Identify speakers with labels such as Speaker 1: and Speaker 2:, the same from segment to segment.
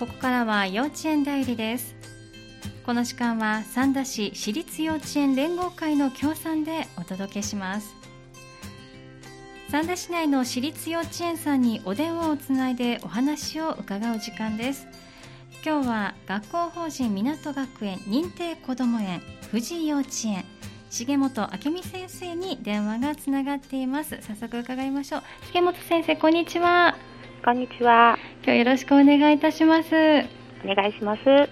Speaker 1: ここからは幼稚園だよりですこの時間は三田市私立幼稚園連合会の協賛でお届けします三田市内の私立幼稚園さんにお電話をつないでお話を伺う時間です今日は学校法人港学園認定こども園藤井幼稚園重本明美先生に電話がつながっています早速伺いましょう重本先生こんにちは
Speaker 2: こんにちは。
Speaker 1: 今日よろしくお願いいたしますあ
Speaker 2: お願いします。
Speaker 1: っ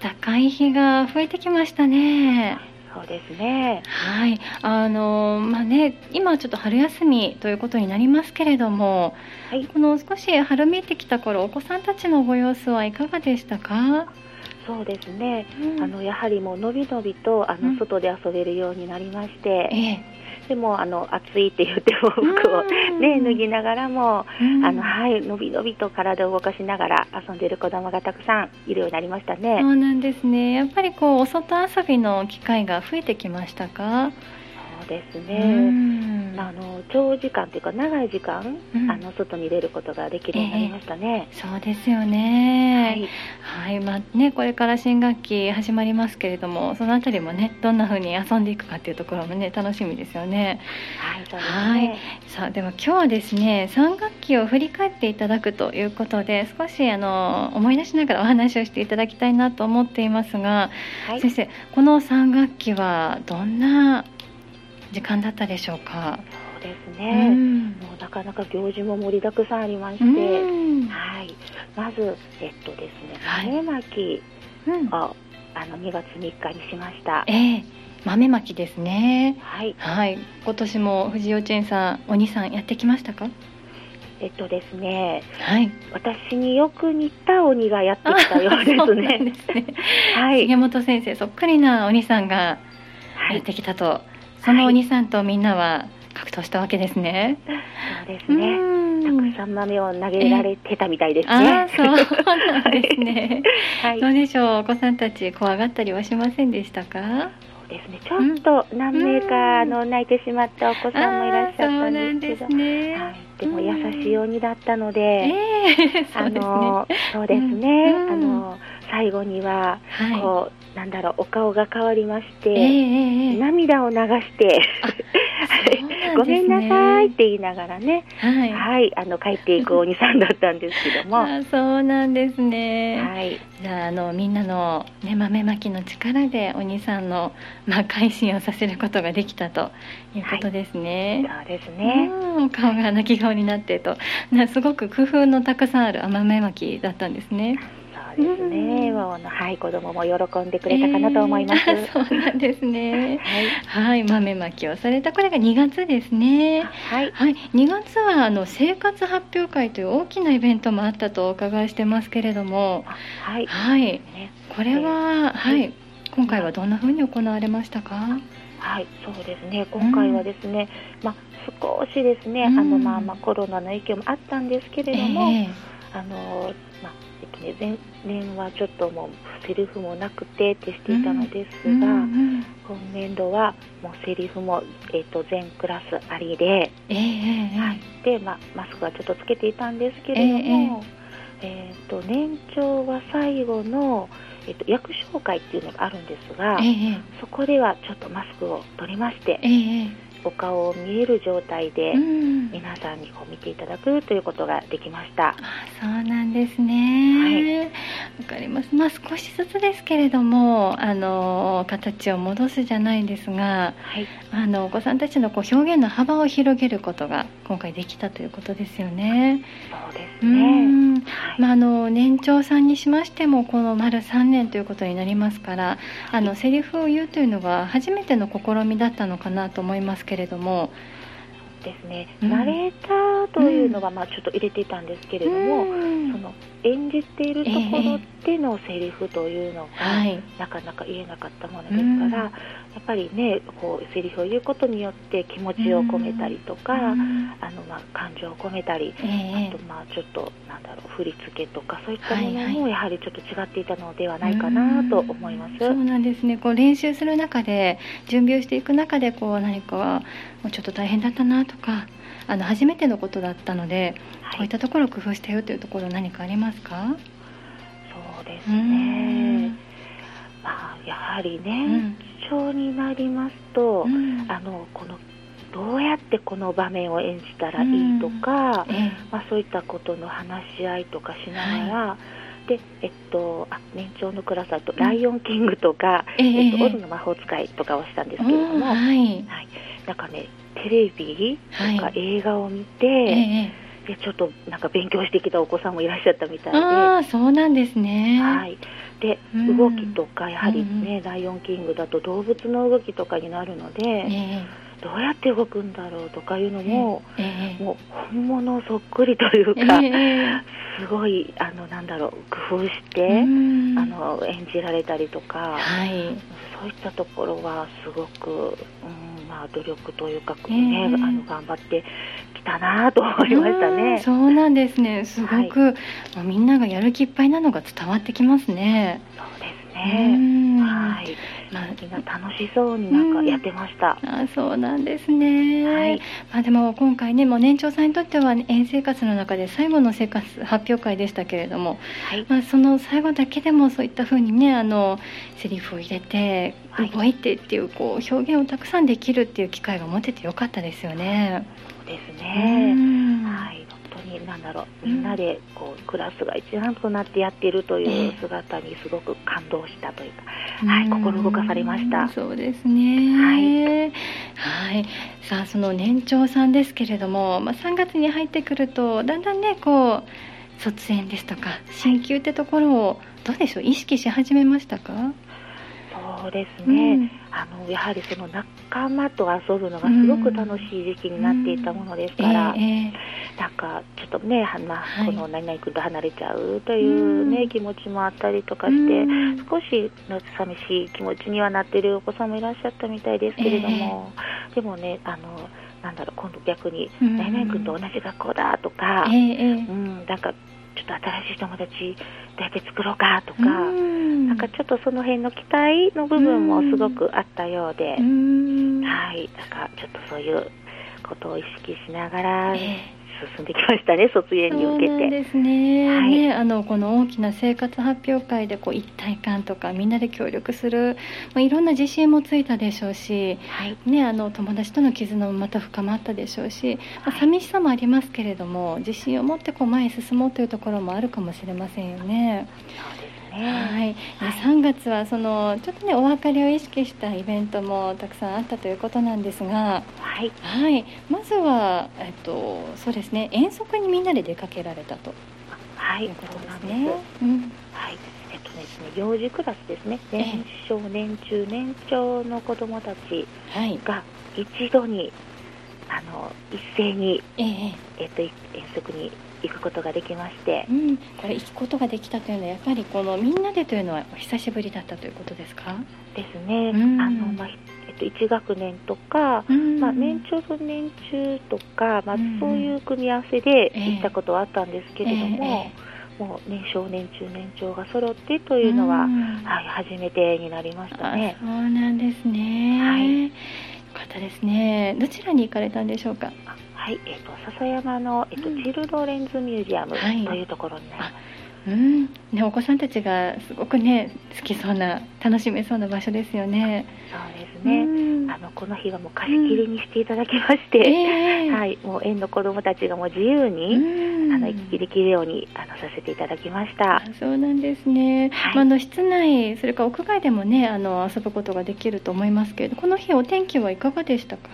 Speaker 1: たかい日が増えてきましたね
Speaker 2: そうですね。
Speaker 1: はい、あのまあね、今ちょっと春休みということになりますけれども、
Speaker 2: はい
Speaker 1: この少し春めいてきた頃、お子さんたちのご様子はいかがでしたか？
Speaker 2: そうですね。
Speaker 1: あ
Speaker 2: あ
Speaker 1: の
Speaker 2: のやはりもうのびのびとあ
Speaker 1: う
Speaker 2: の
Speaker 1: ん
Speaker 2: 外で遊べるようになりまし
Speaker 1: え
Speaker 2: て、
Speaker 1: え、
Speaker 2: でもあの暑いって言っても服をね脱ぎながらも、
Speaker 1: うん
Speaker 2: あのはいのびのびと体を動かしながら遊んでいる子供がたくさんいるようになりました
Speaker 1: そ
Speaker 2: ね。
Speaker 1: うなんですね。やっぱりこうお外遊びの機会が増えてきましたか？
Speaker 2: そうです
Speaker 1: う
Speaker 2: ね。
Speaker 1: ん
Speaker 2: あの長時間というか長い時間、
Speaker 1: うん
Speaker 2: あの外に出ることができるようになりましたね。
Speaker 1: そうですよね。
Speaker 2: い。
Speaker 1: はい、まあねこれから新学期始まりますけれども、そのあたりもねどんな風に遊んでいくかっていうところもね楽しみですよね。
Speaker 2: はい。そうです
Speaker 1: はい
Speaker 2: ね。
Speaker 1: さあでは今日はですね3学期を振り返っていただくということで少しあの思い出しながらお 話をしていただきたいなと思っていますが、
Speaker 2: はい。
Speaker 1: 先生この3学期はどんな時間だったでしょうか、
Speaker 2: そうです
Speaker 1: う
Speaker 2: ね。
Speaker 1: ん
Speaker 2: もうなかなか行事も盛りだくさんありまし
Speaker 1: う
Speaker 2: て、
Speaker 1: ん
Speaker 2: はい、まず、えっとですね、
Speaker 1: はい
Speaker 2: 種まき
Speaker 1: うん
Speaker 2: をあの2月3日にしました。
Speaker 1: ええ豆まきですね
Speaker 2: はい、
Speaker 1: はい今年も藤井幼稚園さんお兄さんやってきましたか
Speaker 2: えっとですね、
Speaker 1: はい
Speaker 2: 私によく似た鬼がやってきたよ うで
Speaker 1: そ
Speaker 2: す
Speaker 1: うなん
Speaker 2: ね。
Speaker 1: ですね
Speaker 2: はい、
Speaker 1: 重本先生そっくりなお兄さんが
Speaker 2: は
Speaker 1: やっ
Speaker 2: い、
Speaker 1: てきたと、そのお兄さんとみんなは格闘したわけですね。
Speaker 2: そうですね。たく
Speaker 1: ね。
Speaker 2: さん豆を投げられてたみたいです
Speaker 1: ああ、
Speaker 2: ね。
Speaker 1: そうなんですね。
Speaker 2: はい、
Speaker 1: ど
Speaker 2: そう
Speaker 1: でしょう、お子さんたち怖がったりはしませんでしたか。
Speaker 2: うですね。ちょっと何名かあの泣いてしまったお子さんもいらっしゃった
Speaker 1: あーそうなん
Speaker 2: んで
Speaker 1: です
Speaker 2: け
Speaker 1: す
Speaker 2: ど、
Speaker 1: ね。
Speaker 2: はい、でも優しい鬼だったので、
Speaker 1: ええそ
Speaker 2: あ
Speaker 1: うですね。
Speaker 2: のそうですね、
Speaker 1: うん
Speaker 2: あの最後には
Speaker 1: は
Speaker 2: こう、なんだろうお顔が変わりまし
Speaker 1: い。ええ
Speaker 2: て、
Speaker 1: ええええ
Speaker 2: 涙を流して
Speaker 1: そうですね
Speaker 2: ごめんなさいっ。て言いながらね、
Speaker 1: はい。
Speaker 2: はい、あの帰っていく鬼さんだったんですけど も、は
Speaker 1: あーそうなんですね。
Speaker 2: い、
Speaker 1: じゃああのみんなの、ね、豆まきの力でお兄さんの、まあ、改心をさせることができたということですね。
Speaker 2: そうですね、
Speaker 1: うん顔が泣き顔になってとなすごく工夫のたくさんある豆まきだったんですね。
Speaker 2: そうですね、
Speaker 1: うん
Speaker 2: もうあのはい子供も喜んでくれたかなと思います。
Speaker 1: えー そうなんですね。
Speaker 2: はい、
Speaker 1: はい豆まきをされたこれが2月ですね。
Speaker 2: はい、
Speaker 1: はい2月はあの生活発表会という大きなイベントもあったとお伺いしてますけれども、
Speaker 2: あはい、
Speaker 1: はい
Speaker 2: ね
Speaker 1: これは、は
Speaker 2: はい
Speaker 1: い、今回はどんな風に行われましたか。
Speaker 2: はい、そうですね。今回はですね、まあ少しですね、あ
Speaker 1: う
Speaker 2: の
Speaker 1: ん
Speaker 2: まあまあコロナの影響もあったんですけれども、
Speaker 1: ええ
Speaker 2: あのまあえっとね、前年はちょっともうセリフもなくてってしていたのですが、
Speaker 1: うんうん
Speaker 2: 今年度はもうセリフも、えっと全クラスありで
Speaker 1: ええええ
Speaker 2: はいで、まあ、マスクはちょっとつけていたんですけれども、えっと年長は最後の、えっと役紹介っていうのがあるんですが、
Speaker 1: え
Speaker 2: そこではちょっとマスクを取りまして
Speaker 1: えええ
Speaker 2: お顔を見える状態で
Speaker 1: えうん
Speaker 2: 皆さんにこう見ていただくということができました。
Speaker 1: あそうなんですね。わかります。まあ少しずつですけれども、あの形を戻すじゃないですが、
Speaker 2: はい
Speaker 1: あのお子さんたちのこう表現の幅を広げることが今回できたということですよね。
Speaker 2: そうです
Speaker 1: う
Speaker 2: ね。
Speaker 1: ん。
Speaker 2: はい
Speaker 1: まあ、あの年長さんにしましてもこの丸3年ということになりますからあのセリフを言うというのが初めての試みだったのかなと思いますけれども、
Speaker 2: ですね、
Speaker 1: うん
Speaker 2: ナレーターというのはまあちょっと入れていたんですけれども、
Speaker 1: うん
Speaker 2: その演じているところでのセリフというのが、
Speaker 1: はい
Speaker 2: なかなか言えなかったものですから、
Speaker 1: うん
Speaker 2: やっぱりねこうセリフを言うことによって気持ちを込めたりとか、
Speaker 1: うん
Speaker 2: あのまあ感情を込めたり、
Speaker 1: ええ
Speaker 2: あとまあちょっとなんだろう振り付けとかそういったも
Speaker 1: は
Speaker 2: の
Speaker 1: いは
Speaker 2: もやはりちょっと違っていたのではないかなと思います。
Speaker 1: そうなんですねこう練習する中で準備をしていく中でこう何かもうちょっと大変だったなとかあの初めてのことだったので、こう
Speaker 2: は
Speaker 1: っ
Speaker 2: いい、
Speaker 1: たところを工夫したよというところ何かありますか、
Speaker 2: そうです
Speaker 1: う
Speaker 2: ね
Speaker 1: ん。
Speaker 2: まあ、やはり年長になりますと、
Speaker 1: うん
Speaker 2: あのこのどうやってこの場面を演じたらいいとか、
Speaker 1: ええ
Speaker 2: まあ、そういったことの話し合いとかしながら、でえっと、あ年長のクラスだと「ライオンキング」とか「
Speaker 1: ええ
Speaker 2: えっと、
Speaker 1: ええ
Speaker 2: オズの魔法使い」とかをしたんですけれど
Speaker 1: うん
Speaker 2: も、はい、
Speaker 1: はい
Speaker 2: なんかねテレビと
Speaker 1: は
Speaker 2: か
Speaker 1: い
Speaker 2: 映画を見
Speaker 1: え
Speaker 2: て、
Speaker 1: え
Speaker 2: でちょっとなんか勉強してきたお子さんもいらっしゃったみたいで。
Speaker 1: ああそうなんですね
Speaker 2: はい、で
Speaker 1: うん
Speaker 2: 動きとかやはり
Speaker 1: うん
Speaker 2: ね、ライオンキングだと動物の動きとかになるので、
Speaker 1: ええ
Speaker 2: どうやって動くんだろうとかいうのも、
Speaker 1: ええ
Speaker 2: もう本物そっくりという
Speaker 1: え
Speaker 2: か、
Speaker 1: え
Speaker 2: すごいあのなんだろう工夫し
Speaker 1: え
Speaker 2: て、
Speaker 1: うん
Speaker 2: あの演じられたりとか、
Speaker 1: はい
Speaker 2: そういったところはすごく、うんまあ、努力というか、ね
Speaker 1: ええ
Speaker 2: あの頑張ってきたなと思いました
Speaker 1: うん
Speaker 2: ね。
Speaker 1: そうなんですねすごく、もうみんながやる気いっぱいなのが伝わってきますね
Speaker 2: そうです
Speaker 1: う
Speaker 2: ね、
Speaker 1: ん
Speaker 2: はい
Speaker 1: まあ
Speaker 2: みんな楽しそうになんかやってました。
Speaker 1: あそうなんですね、
Speaker 2: はい
Speaker 1: まあ、でも今回ねもう年長さんにとっては園生活の中で最後の生活発表会でしたけれども、
Speaker 2: はい
Speaker 1: まあ、その最後だけでもそういった風にねあのセリフを入れて
Speaker 2: はい
Speaker 1: 動いてっていうこう表現をたくさんできるっていう機会が持ててよかったですよね。
Speaker 2: そうです
Speaker 1: う
Speaker 2: ね。
Speaker 1: ん
Speaker 2: はい、本当に何だろう、みんなでこうクラスが一丸となってやっているとい
Speaker 1: え
Speaker 2: う
Speaker 1: え
Speaker 2: 姿にすごく感動したというか、はい心動かされました
Speaker 1: うんそうですね。はい。さあその年長さんですけれども、まあ3月に入ってくるとだんだんねこう卒園ですとか進級ってところをどうでしょう意識し始めましたか？
Speaker 2: そうですね。あのやはりその仲間と遊ぶのがすごく楽しい時期になっていたものです
Speaker 1: え
Speaker 2: から、
Speaker 1: ええ
Speaker 2: なんかちょっとね、はまあ
Speaker 1: はい
Speaker 2: この何々君と離れちゃうという
Speaker 1: う
Speaker 2: ね
Speaker 1: ん
Speaker 2: 気持ちもあったりとか
Speaker 1: え
Speaker 2: して。
Speaker 1: うん
Speaker 2: 少しの寂しい気持ちにはなっているお子さんもいらっしゃったみたいですけれども、でもね、あのなんだろう、今度逆に、
Speaker 1: うん
Speaker 2: 何々君と同じ学校だとか、
Speaker 1: ええええ
Speaker 2: うん、なんかちょっと新しい友達、だけ作ろうかと
Speaker 1: う
Speaker 2: か、
Speaker 1: ん
Speaker 2: なんかちょっとその辺の期待の部分もすごくあったようで、
Speaker 1: うん
Speaker 2: はい、なんかちょっとそういうことを意識しながら
Speaker 1: ええ
Speaker 2: 進んできましたね、卒園に向け
Speaker 1: そうなん
Speaker 2: て。
Speaker 1: ですね,、
Speaker 2: はい
Speaker 1: ねあのこの大きな生活発表会でこう一体感とかみんなで協力する、まあ、いろんな自信もついたでしょうし、
Speaker 2: はい、
Speaker 1: ね、あの友達との絆もまた深まったでしょうし、まあ
Speaker 2: はい
Speaker 1: 寂しさもありますけれども自信を持ってこう前へ進もうというところもあるかもしれませんよね。
Speaker 2: そうです
Speaker 1: は
Speaker 2: ね。
Speaker 1: い、
Speaker 2: はい
Speaker 1: 3月はそのちょっとねお別れを意識したイベントもたくさんあったということなんですが、
Speaker 2: はい
Speaker 1: はい、まずは、えっと、そうですね遠足にみんなで出かけられたと。
Speaker 2: は
Speaker 1: と
Speaker 2: い
Speaker 1: いう、こ
Speaker 2: そ
Speaker 1: と
Speaker 2: う
Speaker 1: で
Speaker 2: なん
Speaker 1: す
Speaker 2: です。
Speaker 1: ね。うん、
Speaker 2: はい。えっとですね、幼児クラスですね。
Speaker 1: ええ
Speaker 2: 年少、年中、年長の子供たち
Speaker 1: はい。
Speaker 2: が一度に、あの、一斉に、
Speaker 1: ええ、
Speaker 2: えっと、い遠足に行くことができまして
Speaker 1: う、ん、これ行くことができたというのはやっぱりこのみんなでというのはお久しぶりだったということですか？
Speaker 2: ですね。
Speaker 1: うん
Speaker 2: あの、まあ、ひえっと、一学年とか、
Speaker 1: うん
Speaker 2: まあ、年長と年中とか、まあ
Speaker 1: うんうん、
Speaker 2: そういう組み合わせで
Speaker 1: ええ
Speaker 2: 行ったことはあったんですけれども
Speaker 1: え、
Speaker 2: もう年少、年中、年長が揃ってと
Speaker 1: え
Speaker 2: いうのは、
Speaker 1: ん
Speaker 2: はい、初めてになりましたね
Speaker 1: あ。そうなんですね。
Speaker 2: はい
Speaker 1: よかったですね。どちらに行かれたんでしょうか？
Speaker 2: はい、えっ、と笹山のえっ、と、
Speaker 1: うん
Speaker 2: チルドレンズミュージアムと
Speaker 1: はい
Speaker 2: いうところになります。
Speaker 1: うん、ねお子さんたちがすごくね好きそうな楽しめそうな場所ですよね。
Speaker 2: そうですね。
Speaker 1: うん
Speaker 2: あのこの日はもう貸し切りにしていただきま して、
Speaker 1: ええ
Speaker 2: はい、もう園の子どもたちがもう自由に、
Speaker 1: うん
Speaker 2: あの行き来できるようにあのさせていただきまし
Speaker 1: あ
Speaker 2: た。
Speaker 1: そうなんですね、
Speaker 2: はい
Speaker 1: まあ、あの室内、それから屋外でもねあの遊ぶことができると思いますけれどこの日、お天気はいかがでしたか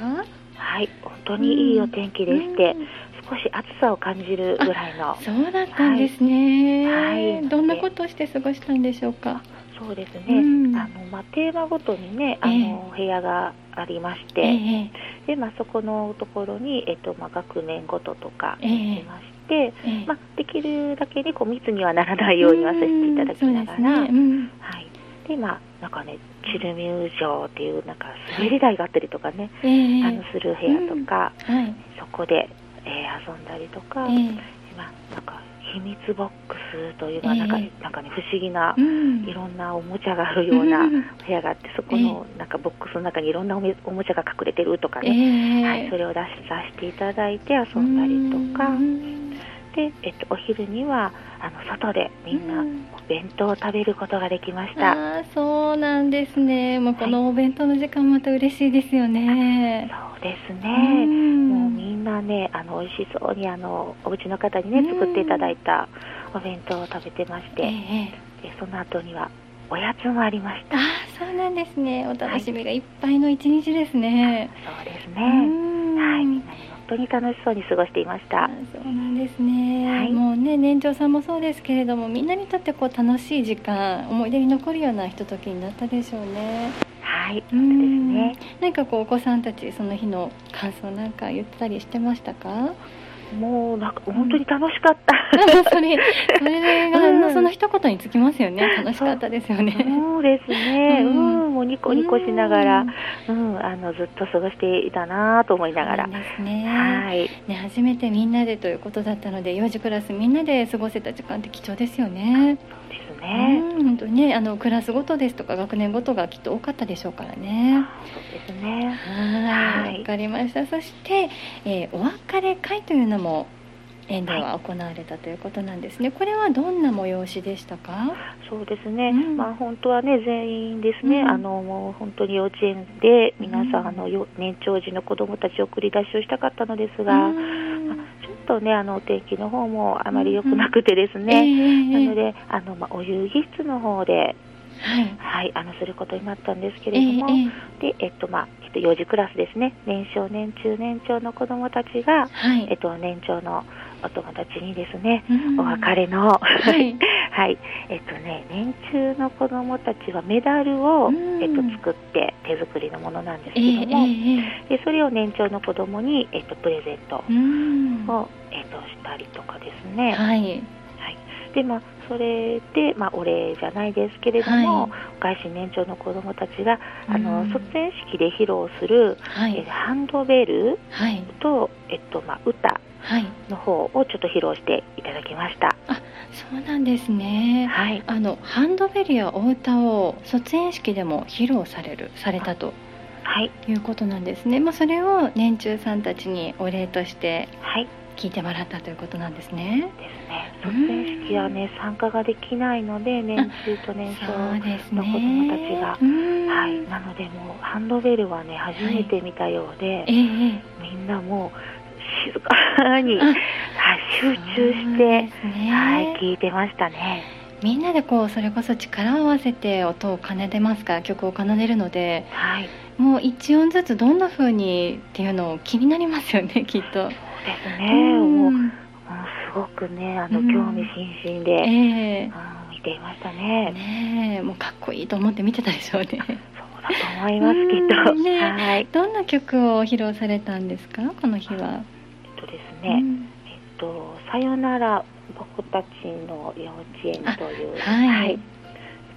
Speaker 2: はい、本当にいいお天気でして、
Speaker 1: うん
Speaker 2: 少し暑さを感じるぐらいの、
Speaker 1: そうだったんですね、
Speaker 2: はいはい
Speaker 1: どんなことをして過ごしたんでしょうか。
Speaker 2: そうですね。
Speaker 1: うん
Speaker 2: あのまあテーマごとにね、あ
Speaker 1: ええ
Speaker 2: の、お部屋がありまして、
Speaker 1: え
Speaker 2: でまあそこのところにえっ、とまあ学年ごととか
Speaker 1: ええ
Speaker 2: いまして。
Speaker 1: えええ
Speaker 2: まあ、できるだけにこう密にはならないようにはさせていただきなが
Speaker 1: うんそうで
Speaker 2: ら、
Speaker 1: すねうん
Speaker 2: はい、でまあなんかねチルミュー城っていうなんか滑り台があったりとかね、
Speaker 1: ええ
Speaker 2: あのする部屋とか、
Speaker 1: はい
Speaker 2: そこで、えー遊んだりとか、
Speaker 1: ええ
Speaker 2: まあなんか秘密ボックスというのはなんか、
Speaker 1: え
Speaker 2: なんかね不思議な
Speaker 1: う。ん
Speaker 2: いろんなおもちゃがあるような
Speaker 1: うん
Speaker 2: 部屋があって、そこのなんかボックスの中にいろんなおめおもちゃが隠れてるとかね、
Speaker 1: ええ
Speaker 2: はい、それを出しさせていただいて遊んだりとか、
Speaker 1: うん
Speaker 2: で、えっと、お昼にはあの外でみんな
Speaker 1: うん
Speaker 2: お弁当を食べることができました、
Speaker 1: ああそうなんですねもうこのお弁当の時間また嬉しいですよね、
Speaker 2: そうです
Speaker 1: う
Speaker 2: ね、もうんみんなねあの美味しそうにあのお家の方にね
Speaker 1: うん
Speaker 2: 作っていただいたお弁当を食べてまして、
Speaker 1: ええ
Speaker 2: でその後にはおやつもありまし
Speaker 1: ああそうなんですねお楽しみがいっぱいの一日ですね、
Speaker 2: たそうです
Speaker 1: う
Speaker 2: ね、
Speaker 1: ん
Speaker 2: はいみんなね本当に楽しそうに過ごしていました、
Speaker 1: あーそうなんですね、
Speaker 2: はい
Speaker 1: もうね年長さんもそうですけれどもみんなにとってこう楽しい時間思い出に残るようなひとときになったでしょうね
Speaker 2: はい
Speaker 1: そう
Speaker 2: そうですね
Speaker 1: 何かこうお子さんたちその日の感想なんか言ったりしてましたか
Speaker 2: もうなんか本当に楽しかった、
Speaker 1: そ れそれが、
Speaker 2: うん
Speaker 1: その一言につきますよね楽しかったですよね
Speaker 2: そうですね、
Speaker 1: う
Speaker 2: うんん、もうニコニコしなが
Speaker 1: う
Speaker 2: ら
Speaker 1: ん、
Speaker 2: うん、あのずっと過ごしていたなぁと思いながら、
Speaker 1: そうなんですね
Speaker 2: はい、
Speaker 1: ね初めてみんなでということだったので幼児クラスみんなで過ごせた時間って貴重ですよね
Speaker 2: そうで
Speaker 1: ね
Speaker 2: すね、、
Speaker 1: 本当にねあのクラスごとですとか学年ごとがきっと多かったでしょうからね。
Speaker 2: そうですね、
Speaker 1: は、
Speaker 2: はいい
Speaker 1: わかりました。そして、えーお別れ会というのも園では行われたということなんですね。これはどんな催しでしたか？
Speaker 2: そうですね、
Speaker 1: うん
Speaker 2: まあ本当はね全員ですね、
Speaker 1: うん
Speaker 2: あのもう本当に幼稚園で皆さ
Speaker 1: うん
Speaker 2: んあのよ年長児の子どもたちを繰り出しをしたかったのですが、
Speaker 1: う
Speaker 2: ま
Speaker 1: ん
Speaker 2: あちょっとねあのお天気の方もあまり良くなくてです
Speaker 1: え
Speaker 2: ね、
Speaker 1: ー
Speaker 2: なのであのまあお遊戯室の方で
Speaker 1: はい。
Speaker 2: はいあのすることになったんですけ
Speaker 1: え
Speaker 2: れども。
Speaker 1: ーえー
Speaker 2: で、えっとまあ、えっと幼児クラスですね、年少、年中、年長の子どもたちが、
Speaker 1: は
Speaker 2: えっ
Speaker 1: い。
Speaker 2: と、年長のお友達にですね、
Speaker 1: うん
Speaker 2: お別。れの、
Speaker 1: はい。
Speaker 2: はい、えっとね、年中の子どもたちはメダルを、
Speaker 1: うん
Speaker 2: えっと、作って手作りのものなんです
Speaker 1: え
Speaker 2: け
Speaker 1: ーえ
Speaker 2: ども、
Speaker 1: ーえ
Speaker 2: でそれを年長の子どもに、えっと、プレゼント
Speaker 1: ーうん。は
Speaker 2: を、えっと、したりとかですね。
Speaker 1: い。
Speaker 2: はい、で、まあ、それで、まあ、お礼じゃないですけれども、外資年長の子どもたちが、あの、
Speaker 1: うん
Speaker 2: 卒園式で披露する、
Speaker 1: は
Speaker 2: えー
Speaker 1: い。
Speaker 2: ハンドベル
Speaker 1: はい。
Speaker 2: と、えっとまあ、歌
Speaker 1: はい。
Speaker 2: の方をちょっと披露していただきました。
Speaker 1: そうなんですね。
Speaker 2: はい、
Speaker 1: あのハンドベルやお歌を卒園式でも披露されるされたと
Speaker 2: はい、
Speaker 1: いうことなんですね。まあそれを年中さんたちにお礼として
Speaker 2: はい
Speaker 1: 聞いてもらったということなんですね。
Speaker 2: ですね。
Speaker 1: う
Speaker 2: 卒
Speaker 1: ん
Speaker 2: 園式はね参加ができないので年中と年少、
Speaker 1: そうです
Speaker 2: の子供た
Speaker 1: ね
Speaker 2: ち。が
Speaker 1: うん
Speaker 2: はい、なのでもうハンドベルはね初めて見たようで、
Speaker 1: ええ
Speaker 2: みんなもう静かに、
Speaker 1: あ
Speaker 2: はい、集中して、
Speaker 1: そうですね
Speaker 2: はい聞いてましたね。
Speaker 1: みんなでこうそれこそ力を合わせて音を奏でますから曲を奏でるので
Speaker 2: はい、
Speaker 1: もう一音ずつどんな風にっていうのを気になりますよねき っと。
Speaker 2: そうです
Speaker 1: え
Speaker 2: ね。もうもうすごくねあの
Speaker 1: うん
Speaker 2: 興味津々で。
Speaker 1: ええ
Speaker 2: うん見ていましたね。
Speaker 1: ねえもうかっこいいと思って見てたでしょうね
Speaker 2: そうだと思います、きっと。
Speaker 1: うんね
Speaker 2: はい。
Speaker 1: どんな曲を披露されたんですかこの日は、
Speaker 2: えっとです
Speaker 1: う
Speaker 2: ね、
Speaker 1: ん
Speaker 2: えっと、さよなら僕たちの幼稚園という、
Speaker 1: あはい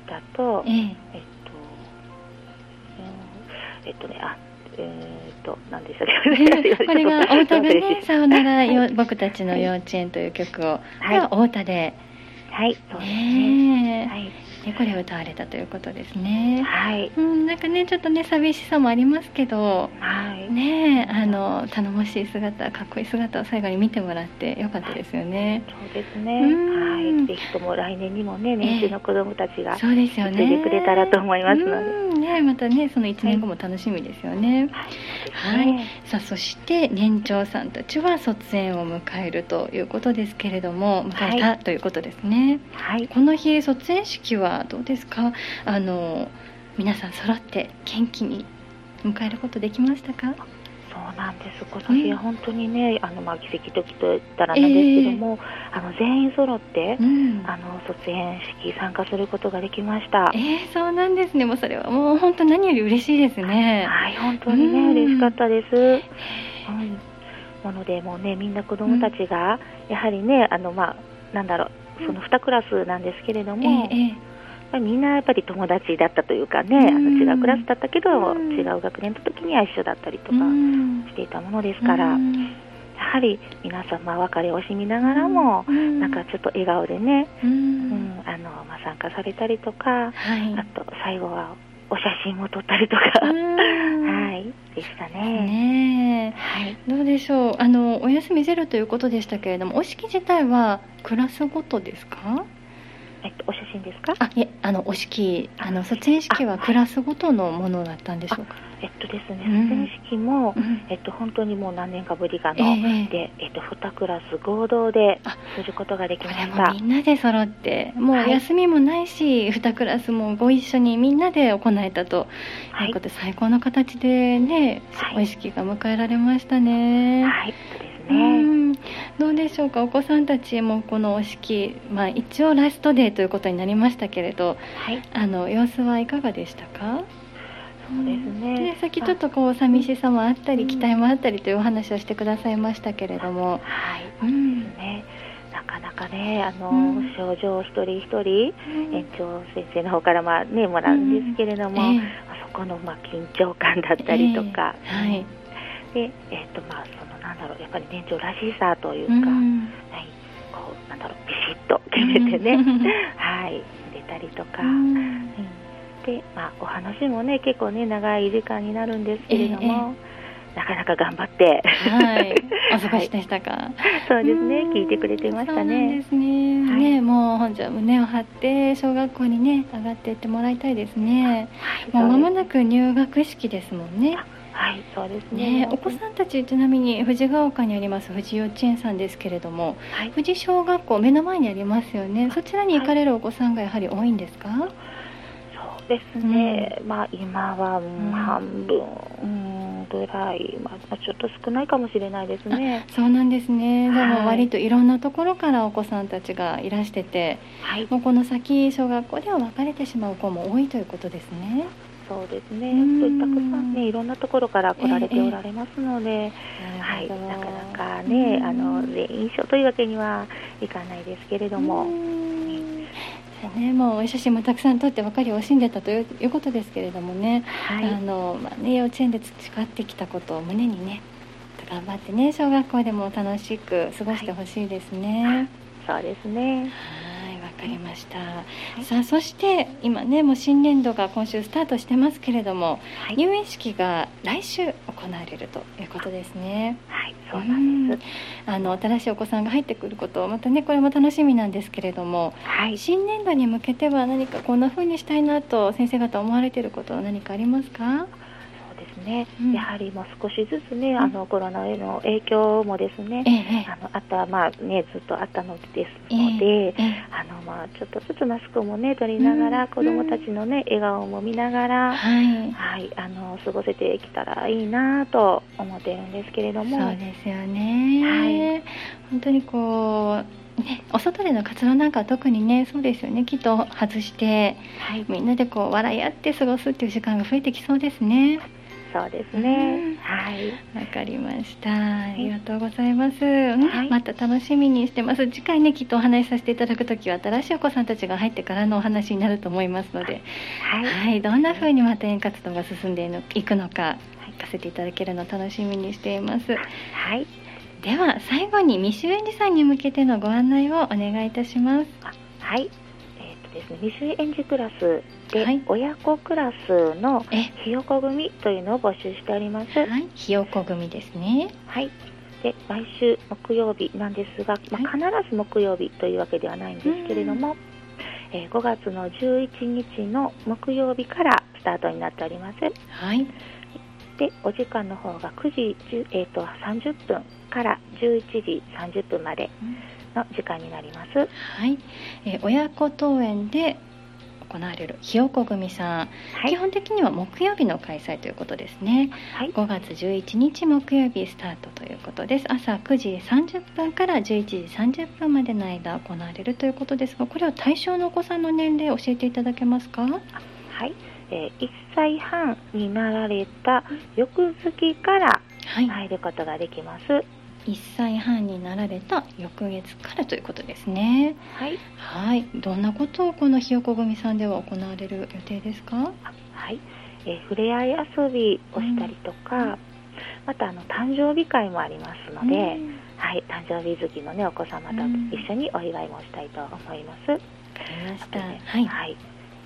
Speaker 2: 歌と、えっ
Speaker 1: え
Speaker 2: と、うんえっとね、あ、えーっと、何でしたっけ
Speaker 1: えこれが
Speaker 2: ちょっと
Speaker 1: お歌が
Speaker 2: ちょっと忘れ
Speaker 1: ね「
Speaker 2: て
Speaker 1: さよならよ 僕たちの幼稚園」という曲を、
Speaker 2: はい
Speaker 1: がお歌で、
Speaker 2: はい、そうですね。
Speaker 1: ねえ
Speaker 2: はい。
Speaker 1: でこれを歌われたということですね、
Speaker 2: はい。
Speaker 1: うん、なんかねちょっとね寂しさもありますけど
Speaker 2: はい。
Speaker 1: ねえあの頼もしい姿かっこいい姿を最後に見てもらってよかったですよね、
Speaker 2: そうですね。
Speaker 1: うん
Speaker 2: はい。ぜひとも来年にもね、年中の子供たちが、
Speaker 1: そうですよね
Speaker 2: 受けてくれたらと思いますので
Speaker 1: うんねまたねその1年後も楽しみですよね、
Speaker 2: はい。そうです
Speaker 1: はい
Speaker 2: ね
Speaker 1: さあそして年長さんたちは卒園を迎えるということですけれども迎えたということですね、
Speaker 2: はい。
Speaker 1: この日卒園式はどうですかあの皆さん揃って元気に迎えることできましたか
Speaker 2: そうなんです。この日
Speaker 1: うん
Speaker 2: は本当にね、あのまあ奇跡ときと言ったらなんですけども、あの全員揃って、
Speaker 1: うん
Speaker 2: あの卒園式参加することができました。
Speaker 1: えー、そうなんですねもうそれはもう本当何より嬉しいですね
Speaker 2: はい、本当にね、
Speaker 1: うん
Speaker 2: 嬉しかったです。うん。なのでもうね、みんな子供たちが、やはりね、あのまあなんだろう。その2クラスなんですけれど
Speaker 1: えー
Speaker 2: も、
Speaker 1: え
Speaker 2: やっぱりみんなやっぱり友達だったというかね、あの違うクラスだったけど、
Speaker 1: うん
Speaker 2: 違う学年の時には一緒だったりと
Speaker 1: ー
Speaker 2: か
Speaker 1: うん
Speaker 2: していたものですから、
Speaker 1: うん
Speaker 2: やはり皆様別れを惜しみながらも、
Speaker 1: うん
Speaker 2: なんかちょっと笑顔でね、
Speaker 1: う
Speaker 2: うんんあのまあ、参加されたりとか、
Speaker 1: はい
Speaker 2: あと最後はお写真を撮ったりとか、
Speaker 1: うん
Speaker 2: はないでしたね。
Speaker 1: ね
Speaker 2: はい。
Speaker 1: えどうでしょうあのお休みゼロということでしたけれどもお式自体はクラスごとですか
Speaker 2: えっと、お写真ですか
Speaker 1: あいえあのお式あの卒園式はクラスごとのものだったんでしょうか、
Speaker 2: えっとですね、
Speaker 1: うん
Speaker 2: 卒園式も、
Speaker 1: うん
Speaker 2: えっと、本当にもう何年かぶりか
Speaker 1: え
Speaker 2: の、
Speaker 1: え
Speaker 2: で、えっと、2クラス合同で
Speaker 1: あ
Speaker 2: することができ
Speaker 1: こ
Speaker 2: ま
Speaker 1: れ
Speaker 2: し
Speaker 1: も
Speaker 2: た
Speaker 1: み。んなで揃ってもう
Speaker 2: はい
Speaker 1: 休みもないし、二クラスもご一緒にみんなで行えたと
Speaker 2: はいいう
Speaker 1: こ。とで、最高の形でね、
Speaker 2: はい
Speaker 1: お意識が迎えられましたね。
Speaker 2: はい。そうです
Speaker 1: う
Speaker 2: ね。
Speaker 1: んどうでしょうかお子さんたちもこのお式、まあ、一応ラストデーということになりましたけれど
Speaker 2: はい。
Speaker 1: あの様子はいかがでしたか
Speaker 2: そうですね
Speaker 1: でさっきちょっとこう寂しさもあった
Speaker 2: う
Speaker 1: り
Speaker 2: ん
Speaker 1: 期待もあったりというお話をしてくださいましたけれども、
Speaker 2: はい。
Speaker 1: うん
Speaker 2: ね。なかなかね、あの、
Speaker 1: うん
Speaker 2: 症状一人一人、園長先生の方から、まあ、ね、もらうんですけれども、
Speaker 1: ええ
Speaker 2: そこの、まあ、緊張感だったりとか、
Speaker 1: ええはい
Speaker 2: で、えっと、まあ、その、なんだろう、やっぱり年長らしさという
Speaker 1: う
Speaker 2: か、
Speaker 1: ん
Speaker 2: はい、こう、なんだろう、ビシッと決めてね、
Speaker 1: うん
Speaker 2: はい、出たりとか、
Speaker 1: うん
Speaker 2: で、まあ、お話もね、結構ね、長い時間になるんですけれども、なかなか頑張って、
Speaker 1: はい、お過ごしでしたか。
Speaker 2: そうですね
Speaker 1: う、ん
Speaker 2: 聞いてくれてまし
Speaker 1: そ
Speaker 2: た
Speaker 1: うなん
Speaker 2: ね
Speaker 1: で。すね。
Speaker 2: はい
Speaker 1: ね、もう本日は胸を張って小学校にね上がっていってもらいたいですね。
Speaker 2: はい
Speaker 1: もう間
Speaker 2: そう
Speaker 1: も
Speaker 2: です
Speaker 1: なく入学式ですもんね。
Speaker 2: はい、そうですね。
Speaker 1: ね、お子さんたちちなみに富士ヶ丘にあります富士幼稚園さんですけれども、
Speaker 2: はい
Speaker 1: 富士小学校目の前にありますよね。そちらに行かれるお子さんがやはり多いんですか？
Speaker 2: そうですね、まあ今はうん
Speaker 1: うん
Speaker 2: 半分うんぐらい、まあまあちょっと少ないかもしれないですね。
Speaker 1: そうなんですね。で
Speaker 2: はい
Speaker 1: も割といろんなところからお子さんたちがいらしてて、
Speaker 2: はい、
Speaker 1: もうこの先小学校では別れてしまう子も多いということですね。
Speaker 2: そうですね。
Speaker 1: うん
Speaker 2: とたくさんね、いろんなところから来られておられますので、はい、なかなかね、あの全員一緒というわけにはいかないですけれども、
Speaker 1: うんそうね、もうお写真もたくさん撮って分かり惜しんでたといういうことですけれどもね,、
Speaker 2: はい、
Speaker 1: あのまあ、ね幼稚園で培ってきたことを胸にね頑張ってね小学校でも楽しく過ごしてほしいですね。
Speaker 2: そうですね。
Speaker 1: はいわかりました、
Speaker 2: い
Speaker 1: さあそして今ねもう新年度が今週スタートしてますけれども、
Speaker 2: はい、
Speaker 1: 入園式が来週行われるということですね。
Speaker 2: はい、そうなんです。
Speaker 1: あの新しいお子さんが入ってくることまたねこれも楽しみなんですけれども
Speaker 2: はい、
Speaker 1: 新年度に向けては何かこんな風にしたいなと先生方思われていることは何かありますか、
Speaker 2: そうですね。
Speaker 1: うん
Speaker 2: やはりもう少しずつね、あのコロナへの影響もですね
Speaker 1: え、え
Speaker 2: あのあとはまあねずっとあったのですので、
Speaker 1: ええ
Speaker 2: あのまあちょっとずつマスクもね取りながら、
Speaker 1: うん
Speaker 2: 子どもたちのね笑顔も見ながら、
Speaker 1: はい
Speaker 2: はいあの過ごせてきたらいいなと思っているんですけれども、
Speaker 1: そうですよね、本当にこうねお外での活動なんかは特にねそうですよねきっと外して
Speaker 2: はい
Speaker 1: みんなでこう笑い合って過ごすっていう時間が増えてきそうですね
Speaker 2: そうですね、
Speaker 1: うん
Speaker 2: はい
Speaker 1: わかりました。ありがとうございます。うん
Speaker 2: はい
Speaker 1: また楽しみにしてます。次回ね、きっとお話しさせていただくときは、新しいお子さんたちが入ってからのお話になると思いますので、
Speaker 2: はい
Speaker 1: はい、どんな風にまた園活動が進んでいのいくのか、聞かせていただけるのを楽しみにしています。
Speaker 2: はい
Speaker 1: では、最後に未就園児さんに向けてのご案内をお願いいたします。
Speaker 2: はいえっ、とですね未就園児クラスで、
Speaker 1: はい
Speaker 2: 親子クラスの
Speaker 1: え、
Speaker 2: ひよこ組というのを募集しております。
Speaker 1: はい、ひよこ組ですね。
Speaker 2: はい。で毎週木曜日なんですが、まあ、必ず木曜日というわけではないんですけれども、えー5月の11日の木曜日からスタートになっております。
Speaker 1: はい、
Speaker 2: で、お時間の方が9時10、えー、と30分から11時30分までの時間になります。
Speaker 1: はい、えー親子登園で行われるひよこ組さん。
Speaker 2: は
Speaker 1: 基
Speaker 2: い。
Speaker 1: 本的には木曜日の開催ということですね
Speaker 2: はい。
Speaker 1: 5月11日木曜日スタートということです朝9時30分から11時30分までの間行われるということですがこれは対象のお子さんの年齢教えていただけますか
Speaker 2: はい。えー1歳半になられた翌月から
Speaker 1: はい、
Speaker 2: 入ることができます。
Speaker 1: 1歳半になられた翌月からということですね
Speaker 2: はい。
Speaker 1: はいどんなことをこのひよこ組さんでは行われる予定ですか
Speaker 2: はい、えー触れ合い遊びをしたりとか、またあの誕生日会もありますので、
Speaker 1: うん
Speaker 2: はい、誕生日好きの、ね、お子様と
Speaker 1: うん
Speaker 2: 一緒にお祝いもしたいと思います。
Speaker 1: わかりまし
Speaker 2: あ
Speaker 1: た
Speaker 2: とね
Speaker 1: はい、
Speaker 2: はい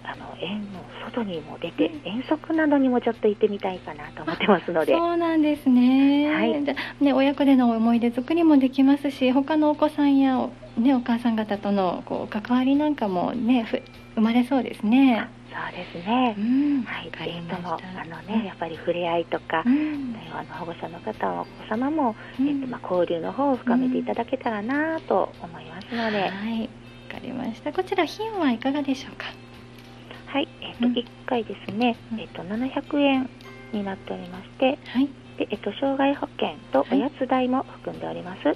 Speaker 2: あの園の外にも出て、遠足などにもちょっと行ってみたいかなと思ってますので、
Speaker 1: そうなんですね,、
Speaker 2: はい
Speaker 1: でね親子での思い出作りもできますし他のお子さんやお,、ね、お母さん方とのこう関わりなんかも、ね、ふ生まれそうですね。
Speaker 2: そうですね
Speaker 1: う、ん
Speaker 2: はい、
Speaker 1: わか
Speaker 2: ぜ
Speaker 1: り
Speaker 2: ひ
Speaker 1: ま
Speaker 2: と
Speaker 1: し
Speaker 2: も
Speaker 1: た
Speaker 2: あの、ね、やっぱり触れ合いとか、
Speaker 1: うん
Speaker 2: あの保護者の方お子様も、
Speaker 1: うん
Speaker 2: えっとまあ、交流の方を深めていただけたらなと思いますので、
Speaker 1: はい、わかりました。こちら費用はいかがでしょうか。
Speaker 2: はいえっと
Speaker 1: うん
Speaker 2: 1回ですね、
Speaker 1: うん
Speaker 2: えっと700円になっておりまして
Speaker 1: はい、
Speaker 2: で、えっと、障害保険とおやつ代も含んでおります。
Speaker 1: は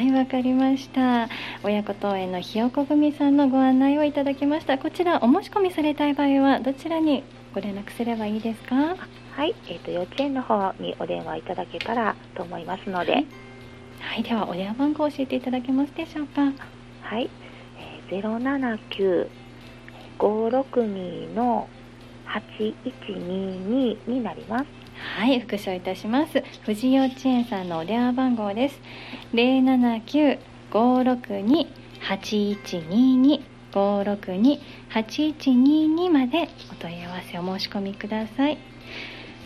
Speaker 1: い、わかりました。親子等園のひよこ組さんのご案内をいただきました。こちらお申し込みされたい場合はどちらにご連絡すればいいですか。
Speaker 2: はい、えっ、と幼稚園の方にお電話いただけたらと思いますので、
Speaker 1: は
Speaker 2: はいい、
Speaker 1: はい、ではお電話番号を教えていただけますでしょうか。
Speaker 2: えー、079 562の8122になります。
Speaker 1: はい、復唱いたします。藤幼稚園さんのお電話番号です。零七九五六二八一二二五六二八一二二までお問い合わせお申し込みください。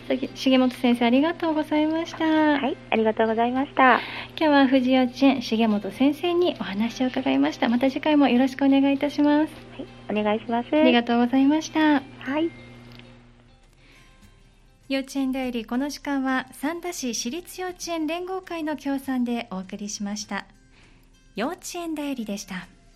Speaker 1: さぎ重本先生ありがとうございました。
Speaker 2: はい、ありがとうございました。
Speaker 1: 今日は藤幼稚園重本先生にお話を伺いました。また次回もよろしくお願いいたします。
Speaker 2: お願いします。
Speaker 1: ありがとうございました。
Speaker 2: はい。
Speaker 1: 幼稚園だよりこの時間は三田市私立幼稚園連合会の協賛でお送りしました幼稚園だよりでした